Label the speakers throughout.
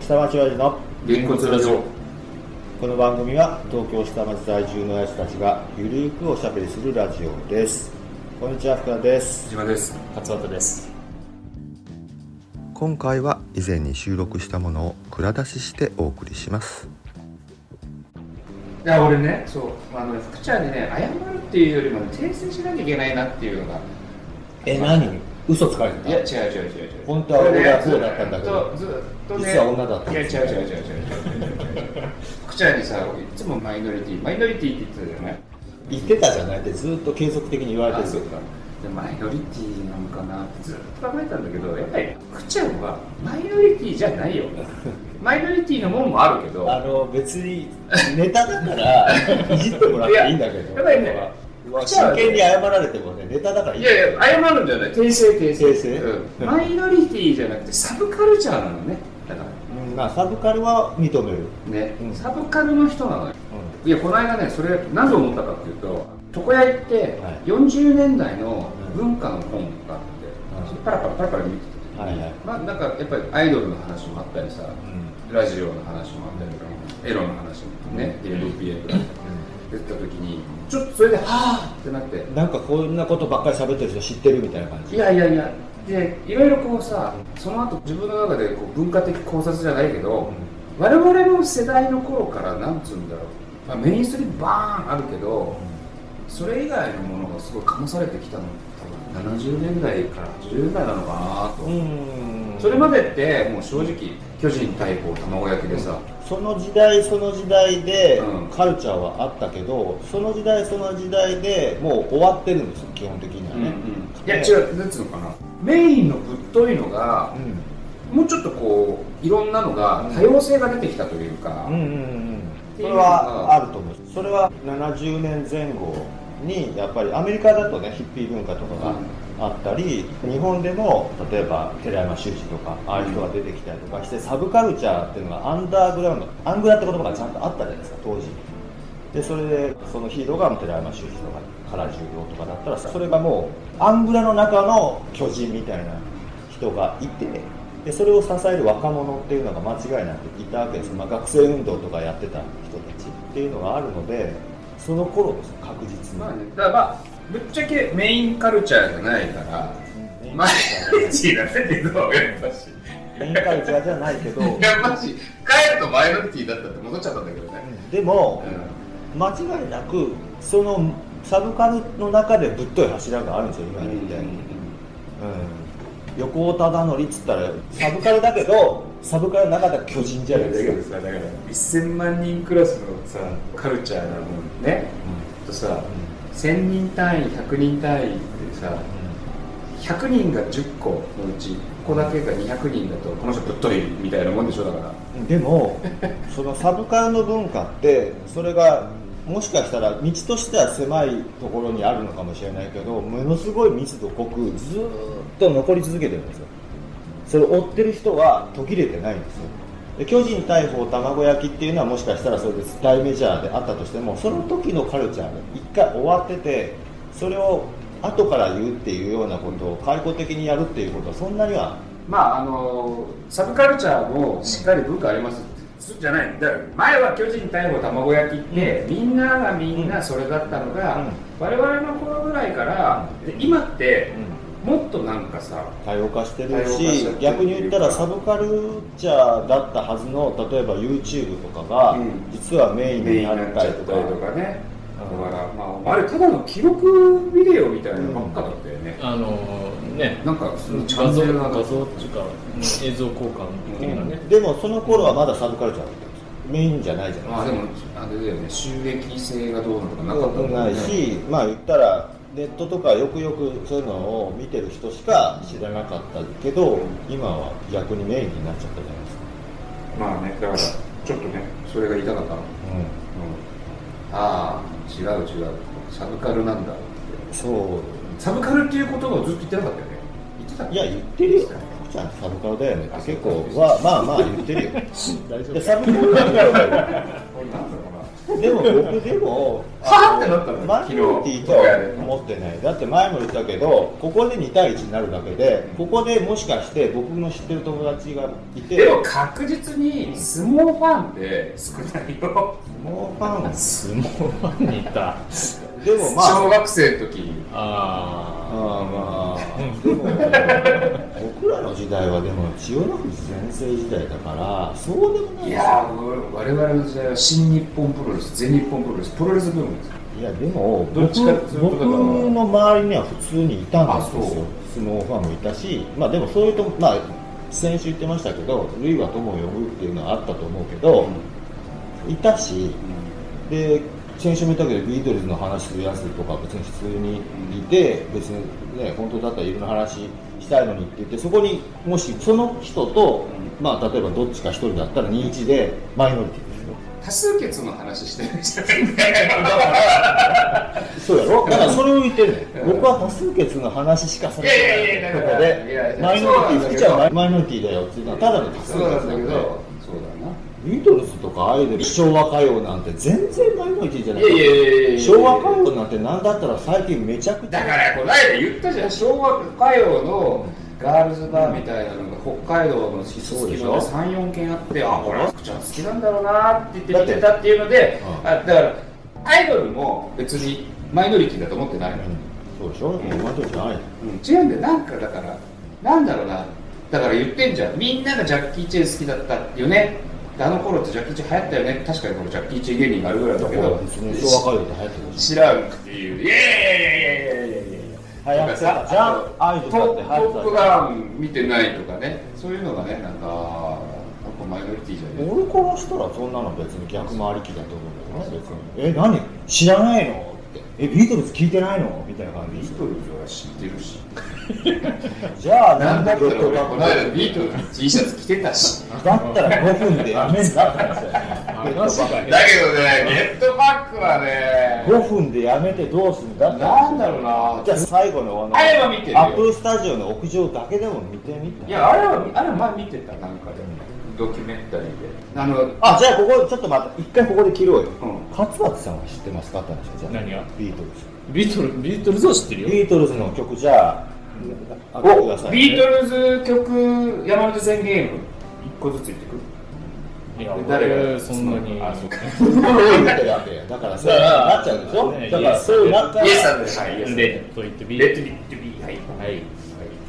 Speaker 1: 下町ラジの
Speaker 2: げんこつラジオ
Speaker 1: この番組は東京下町在住のやつたちがゆるくおしゃべりするラジオですこんにちは福田です
Speaker 2: 島です
Speaker 3: 勝俣です
Speaker 1: 今回は以前に収録したものを蔵出ししてお送りします
Speaker 2: いや俺ねそうあの福ちゃんにね謝るっていうよりもね訂正しなきゃいけないなっていうのが
Speaker 1: え何嘘つかれ
Speaker 2: いや違う違う違う違う
Speaker 1: 本当は俺はこうだったんだけど
Speaker 2: ずっとずっとね
Speaker 1: 実は女だった
Speaker 2: いや違う違う違う違う違う違う福ちゃんにさいつもマイノリティマイノリティって言ってたじゃない
Speaker 1: 言ってたじゃないってずっと継続的に言われてる
Speaker 2: あそうかでマイノリティなのかなってずっと考えたんだけどやっぱり福ちゃんはマイノリティじゃないよマイノリティのもんもあるけど
Speaker 1: あの別にネタだから いじってもらっていいんだけど
Speaker 2: やっぱりね
Speaker 1: うわ真剣に謝られてもねネタだからいい
Speaker 2: いやいや、謝るんじゃない。訂正、訂
Speaker 1: 正
Speaker 2: うんマイノリティじゃなくて、サブカルチャーなのね。だか
Speaker 1: うんまあサブカルは認める、うん、
Speaker 2: ら、ね、
Speaker 1: うん
Speaker 2: サブカルの人なのよ。いや、この間ね、それ、なぜ思ったかっていうと、床屋行って
Speaker 1: はい、
Speaker 2: 40年代の
Speaker 1: うん
Speaker 2: 文化の本があっ
Speaker 1: う
Speaker 2: て、
Speaker 1: ん
Speaker 2: パラパラパラパラ見てた時に、
Speaker 1: はいはい
Speaker 2: まあ、なんか、やっぱりアイドルの話もあったりさ、ラジオの話もあったりとか、エロの話もね、LPA とか出てた時に、ちょっとそれで、はぁってなって、
Speaker 1: うんなんかこんなことばっかり喋ってる人知ってるみたいな感じ
Speaker 2: いやいやいやでいろいろこうさその後自分の中でこう文化的考察じゃないけど、我々の世代の頃からなんつうんだろう、まあ、メインストリームバーンあるけどそれ以外のものがすごいかもされてきたの多分70年代から80年代なのかなと、
Speaker 1: うん
Speaker 2: それまでってもう正直巨人対抗卵焼きでさ、
Speaker 1: その時代その時代で
Speaker 2: うん
Speaker 1: カルチャーはあったけどその時代その時代でもう終わってるんですよ基本的にはね、
Speaker 2: いや違うなんつうのかなメインのぶっといのが
Speaker 1: うん
Speaker 2: もうちょっとこういろんなのが多様性が出てきたというか、
Speaker 1: うんうんうんそれはあると思うそれは70年前後にやっぱりアメリカだとねヒッピー文化とかがあったり、日本でも例えば寺山修司とかああいう人が出てきたりとかして、サブカルチャーっていうのがアンダーグラウンドアングラって言葉がちゃんとあったじゃないですか当時でそれでそのヒーローが寺山修司とか原十郎とかだったらさそれがもうアングラの中の巨人みたいな人がいてでそれを支える若者っていうのが間違いなくいたわけです、まあ、学生運動とかやってた人たちっていうのがあるのでその頃ですよ確実に、
Speaker 2: まあね、だからまあぶっちゃけメインカルチャーじゃないから
Speaker 1: うん
Speaker 2: 毎日だけどやっぱし
Speaker 1: メインカルチャーじゃないけど、うん
Speaker 2: やっぱし帰るとマイノリティだったって戻っちゃったんだけどね、
Speaker 1: でも
Speaker 2: う
Speaker 1: 間違いなくそのサブカルの中でぶっとい柱があるんですよ今
Speaker 2: ん
Speaker 1: みたいに。うん横尾忠則っつったらサブカルだけどサブカルの中では巨人じゃないですか、
Speaker 2: さだから1000万人クラスのさカルチャーなもんねとさ1000人単位100人単位ってさ100人が10個のうちここだけが200人だとこの人ぶっといみたいなもんでしょだから
Speaker 1: でもそのサブカルの文化ってそれがもしかしたら道としては狭いところにあるのかもしれないけどものすごい密度濃くずーっと残り続けてるんですよそれを追ってる人は途切れてないんですよで巨人大砲卵焼きっていうのはもしかしたらそれで大メジャーであったとしてもその時のカルチャーが一回終わっててそれを後から言うっていうようなことを開放的にやるっていうことはそんなには
Speaker 2: まああのサブカルチャーもしっかり文化ありますって、そうじゃないだから前は巨人逮捕卵焼きって、みんながみんなそれだったのが、
Speaker 1: うん
Speaker 2: 我々の頃ぐらいからで今ってもっとなんかさ
Speaker 1: 多様化して
Speaker 2: 多
Speaker 1: る
Speaker 2: 様化し
Speaker 1: し
Speaker 2: ちゃってる
Speaker 1: 逆に言ったらサブカルチャーだったはずの例えば YouTube とかが、
Speaker 2: うん
Speaker 1: 実はメインになったりとか
Speaker 2: ねだ
Speaker 1: うん
Speaker 2: から、まあ、あれただの記録ビデオみたいなのばっかだったよね、
Speaker 3: あのーね
Speaker 2: なんかそのチャ
Speaker 3: 画
Speaker 2: ン
Speaker 3: 像
Speaker 2: ネルが
Speaker 3: 画像っていうか映像交換的 なね、
Speaker 1: でもその頃はまだサブカルチャーだったんですよメインじゃないじゃ
Speaker 2: ま
Speaker 1: な
Speaker 2: あ
Speaker 1: い
Speaker 2: で
Speaker 1: です
Speaker 2: も
Speaker 1: か
Speaker 2: あれだよね収益性がどうのとかなかった
Speaker 1: も
Speaker 2: もんね
Speaker 1: ないし、まあ言ったらネットとかよくよくそういうのを見てる人しか知らなかったけど今は逆にメインになっちゃったじゃないですか、
Speaker 2: まあねだからちょっとねそれが痛かったのああ違う違うサブカルなんだって
Speaker 1: そう
Speaker 2: サブカルっていうことをずっと言ってなかったよね言ってた
Speaker 1: いや言ってるよ福ちゃんサブカルだよねって 結構はまあまあ言ってるよ
Speaker 3: 大丈夫
Speaker 1: でサブカルなんだよ
Speaker 2: これなんだろう
Speaker 1: でも僕でも
Speaker 2: はぁってなったのよ
Speaker 1: マイノリティと
Speaker 2: 昨日僕
Speaker 1: は思ってないだって前も言ったけどここで2対1になるだけでここでもしかして僕の知ってる友達がいて
Speaker 2: でも確実に相撲ファンって少ないよ
Speaker 1: もうファン
Speaker 3: 相撲ファンにいた。
Speaker 1: でもまあ
Speaker 2: 小学生の時
Speaker 1: ああま
Speaker 3: あ
Speaker 1: あでも僕らの時代はでも千代の富士全盛時代だからそうでもない
Speaker 2: い
Speaker 1: で
Speaker 2: やー我々の時代は新日本プロレス全日本プロレスプロレスブームですよ
Speaker 1: すいやでも
Speaker 2: どっちかって
Speaker 1: 僕
Speaker 2: いうと
Speaker 1: 僕
Speaker 2: だから
Speaker 1: の周りには普通にいたんですよ
Speaker 2: あそう
Speaker 1: 相撲ファンもいたしまあでもそういうとまあ先週言ってましたけど「類は友を呼ぶ」っていうのはあったと思うけど、いたしで先週も言ったけどビートルズの話するやつとか別に普通にいて別にね本当だったらいろんな話したいのにって言ってそこにもしその人と、まあ例えばどっちか一人だったら21でマイノリティですよ
Speaker 2: 多数決の話してるじゃない
Speaker 1: そうやろだからそれを言ってるね
Speaker 2: うん
Speaker 1: 僕は多数決の話しかされ
Speaker 2: い
Speaker 1: て
Speaker 2: や
Speaker 1: ないい
Speaker 2: や
Speaker 1: こ
Speaker 2: いや
Speaker 1: こ
Speaker 2: だからい
Speaker 1: でマイノ
Speaker 2: やいや
Speaker 1: リティピ
Speaker 2: そうなんだけど
Speaker 1: ッチャーはマイノリティだよっていうのは ただの多数
Speaker 2: そ
Speaker 1: 決
Speaker 2: うな
Speaker 1: なんだ
Speaker 2: ん
Speaker 1: け
Speaker 2: だけど
Speaker 1: ど
Speaker 2: そう
Speaker 1: ビートルズとかアイドル昭和歌謡なんて全然マイノリティじゃ
Speaker 2: だ
Speaker 1: な
Speaker 2: ないやい
Speaker 1: 昭和歌謡なんて何だったら最近めちゃくちゃ
Speaker 2: だからこの間言ったじゃん昭和歌謡のガールズバーみたいなのが北海道のひすすきので34軒あってあ俺は福ちゃん好きなんだろうなって言って見てたっていうので
Speaker 1: うん
Speaker 2: あだからアイドルも別にマイノリティだと思ってないのよ、
Speaker 1: そうでしょ、うお前たちじゃない
Speaker 2: 違うんだよなんかだからなんだろうなだから言ってんじゃんみんながジャッキー・チェン好きだったよねあの頃ってジャッキー・チェン流行ったよね確かにこのジャッキー・チェン芸人があるぐらいだけ
Speaker 1: だから
Speaker 2: ど
Speaker 1: 別に昭和歌謡って流行ってるでし
Speaker 2: 知らんくていういやいやいやいやいやいやいや
Speaker 1: 流行ってたじゃんアイドルだって
Speaker 2: ト
Speaker 1: 流行ってた
Speaker 2: ップガン見てないとかねそういうのがねなんかあーやっぱマイノリティじゃね
Speaker 1: ょ俺からしたらそんなの別に逆回りきだと思うんだよね別にえ何知らないのってえビートルズ聞いてないのみたいな感
Speaker 2: ビ
Speaker 1: じ
Speaker 2: ートルズは知ってるし
Speaker 1: じゃあ
Speaker 2: な
Speaker 1: なんん
Speaker 2: だ
Speaker 1: だ
Speaker 2: った
Speaker 1: け
Speaker 2: ら
Speaker 1: ど
Speaker 2: 俺
Speaker 1: だ
Speaker 2: この間ビートルズの T シャツ着てたし
Speaker 1: ったら5分でやめんなって話
Speaker 3: あ。
Speaker 1: だよ
Speaker 3: 話
Speaker 2: だ
Speaker 3: が
Speaker 2: けどねゲットバックはね
Speaker 1: 5分でやめてどうするんだって話
Speaker 2: なんだろうな
Speaker 1: じゃあ最後のあの
Speaker 2: あれは見てるよ
Speaker 1: アップルスタジオの屋上だけでも見てみた
Speaker 2: いや、あれは、あれは前見てた、なんかで、ドキュメンタリーで。あの、
Speaker 1: あじゃあここちょっと待って一回ここで切ろうよ、
Speaker 2: うん
Speaker 1: 勝俣さんは知ってますかって話じゃあ
Speaker 3: 何が
Speaker 1: ビートルズ
Speaker 3: ビートルビートルズは知ってるよ。
Speaker 1: ビートルズの曲じゃあ、あげてください、
Speaker 2: おビートルズ曲、山手線ゲーム、一個ずつ言ってくる。
Speaker 3: いや、
Speaker 2: 誰
Speaker 3: 誰
Speaker 2: が
Speaker 3: そんなに。
Speaker 2: あそうか
Speaker 1: ルズってわけやだからそうなっちゃうでしょ
Speaker 3: ね
Speaker 1: だからそうなったら
Speaker 2: イエスさんです。はい、イエス
Speaker 3: レッドと言ってビ
Speaker 2: レッ
Speaker 3: ー
Speaker 2: ドビットビー、はい。
Speaker 3: ト。はい。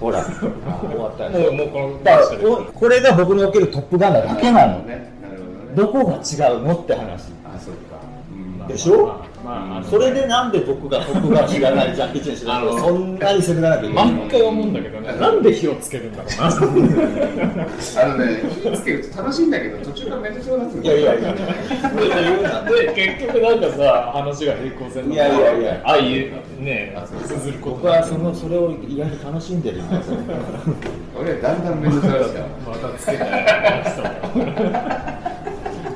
Speaker 1: ほら 終わったよ
Speaker 3: もう、
Speaker 1: ね
Speaker 3: もうこの
Speaker 1: だ
Speaker 3: 話
Speaker 1: か
Speaker 3: で
Speaker 1: らおこれが僕におけるトップガンなだけなの
Speaker 2: ね。なるほど
Speaker 1: ど
Speaker 2: ね。
Speaker 1: こが違うのって話
Speaker 2: あ、そっか。うん
Speaker 1: でしょ
Speaker 3: まあまあ、まあ、
Speaker 1: それでなんで僕がトップガン知らないジャッキー・チェン知らな
Speaker 3: あ
Speaker 1: い
Speaker 3: の
Speaker 1: そんなに責められていい
Speaker 3: 毎回思うんだけどね、なんで火をつけるんだろうな。
Speaker 2: あのね、火つけると楽しいんだけど、途中からめんどくさくなってくる
Speaker 1: いやいやいやいや
Speaker 3: で結局なんかさ話が平行線
Speaker 1: いやいやいや
Speaker 3: あいえねえつづること
Speaker 1: 僕はそのそれを意外に楽しんでるんですよ
Speaker 2: 俺はだんだんめんどくさくなってきた
Speaker 3: またつけない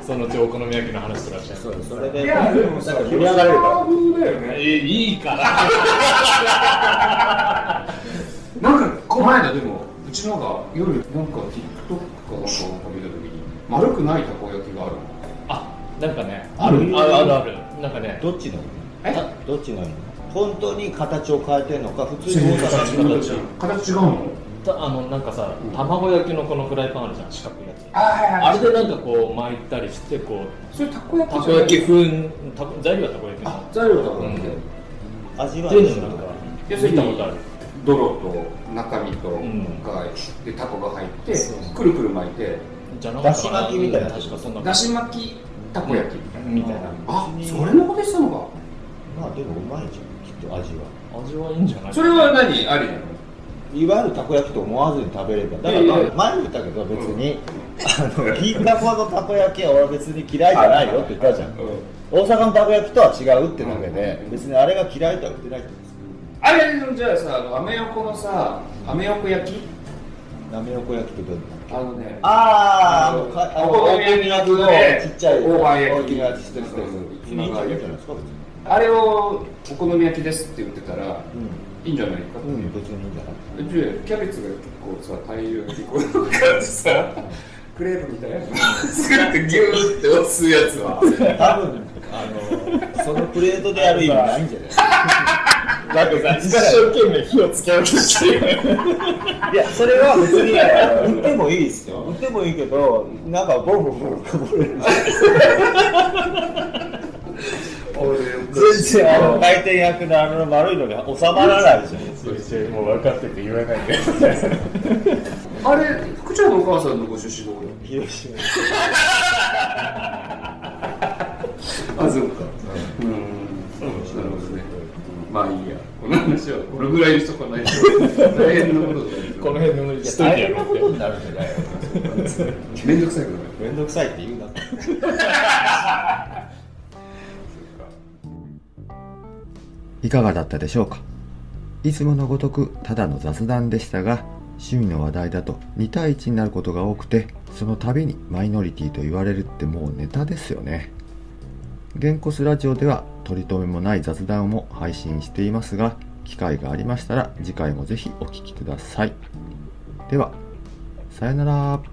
Speaker 3: そのうちお好み焼きの話とかしちゃ
Speaker 1: そうそれで
Speaker 2: いや、でもさ、
Speaker 1: なんか盛り上がれるから
Speaker 2: 広島風だよね。
Speaker 3: えいいから
Speaker 2: なんかこの間でもうちのが夜なんか TikTok かなんかなんか見た時に丸くないたこ焼きがあるの
Speaker 3: あなんかね
Speaker 1: ある
Speaker 3: あるあるあるなんかね
Speaker 1: どっちの
Speaker 2: え
Speaker 1: あどっちの本当に形を変えてんのか普通に大阪の形
Speaker 2: 形違うの
Speaker 3: たあのなんかさ卵焼きのこのフライパンあるじゃん四角いやつ
Speaker 2: あはい
Speaker 3: あれでなんかこう巻いたりしてこう
Speaker 2: それたこ焼き
Speaker 3: たこ焼き風にたこ材料はたこ焼き
Speaker 2: あ
Speaker 3: な
Speaker 2: 材料たこ焼きで
Speaker 3: うん
Speaker 1: 味は
Speaker 3: のっていうのなんか
Speaker 2: 要する
Speaker 3: 見
Speaker 2: に
Speaker 3: たことある
Speaker 2: 泥と中身と
Speaker 3: ん
Speaker 2: がでタコが入って
Speaker 3: そうそう
Speaker 2: くるくる巻いて
Speaker 3: じゃなかったか
Speaker 1: だし巻きみたいな
Speaker 3: 確かそんな
Speaker 2: だし巻きたこ焼き
Speaker 3: みたいな
Speaker 2: あそれのことしたの
Speaker 1: まあでもうまいじゃんきっと味は
Speaker 3: 味はいいんじゃない
Speaker 2: かそれは何ありなの
Speaker 1: いわゆるたこ焼きと思わずに食べればだから
Speaker 2: いやい
Speaker 1: ま
Speaker 2: や
Speaker 1: あ前も言ったけど別に、あの銀だこのたこ焼きは俺は別に嫌いじゃないよって言ったじゃん大阪のたこ焼きとは違うってだけで
Speaker 2: うん
Speaker 1: 別にあれが嫌いとは言ってないってことです
Speaker 2: あれじゃあさあのアメ横のさアメ横焼き
Speaker 1: なめ横焼きってどういうの
Speaker 2: あのね
Speaker 1: あ
Speaker 2: あ
Speaker 1: あ
Speaker 2: の
Speaker 1: のかあ
Speaker 2: お
Speaker 1: の
Speaker 2: 好
Speaker 1: 大
Speaker 2: み
Speaker 1: き
Speaker 2: 焼き
Speaker 1: い焼きの
Speaker 2: ね
Speaker 1: ちっちゃい
Speaker 2: 大判焼き
Speaker 1: 大きいやつしてる人
Speaker 2: そうそう
Speaker 1: いいんじゃないですか別に
Speaker 2: あれをお好み焼きですって言ってたら
Speaker 1: う
Speaker 2: いいんじゃないかって
Speaker 1: ん、うん、別にいいんじゃない
Speaker 2: でキャベツが結構さ大量にこういう感じさクレープみたいなやつ作ってギューって押すやつは
Speaker 1: 多分あのそのプレートでやる意味ないんじゃない
Speaker 3: なんかさ、一生懸命火をつけようとしてる。
Speaker 1: いや、それは別に売ってもいいですよ。売ってもいいけど、なんかボンボンボンボンこぼれる。全然あの回転役のあの丸いのに収まらないじゃん。
Speaker 3: もう分かってて言わないで。
Speaker 2: あれ福ちゃんのお母さんのご出身のこ
Speaker 1: 広島。
Speaker 2: あそうかうんうんなるほどねまあいいやこの話はこのぐらいにしとかないと大変なことだよ
Speaker 3: この辺のしといて
Speaker 1: 大
Speaker 3: や
Speaker 1: 変な
Speaker 3: ろ
Speaker 1: こ
Speaker 3: う
Speaker 1: と
Speaker 3: って。
Speaker 1: になるんじゃないよ。
Speaker 2: めんどくさいから
Speaker 1: めんどくさいって言うなって。いかがだったでしょうかいつものごとくただの雑談でしたが趣味の話題だと2対1になることが多くてその度にマイノリティと言われるってもうネタですよねゲンコスラジオでは取り留めもない雑談も配信していますが機会がありましたら次回もぜひお聴きくださいではさよなら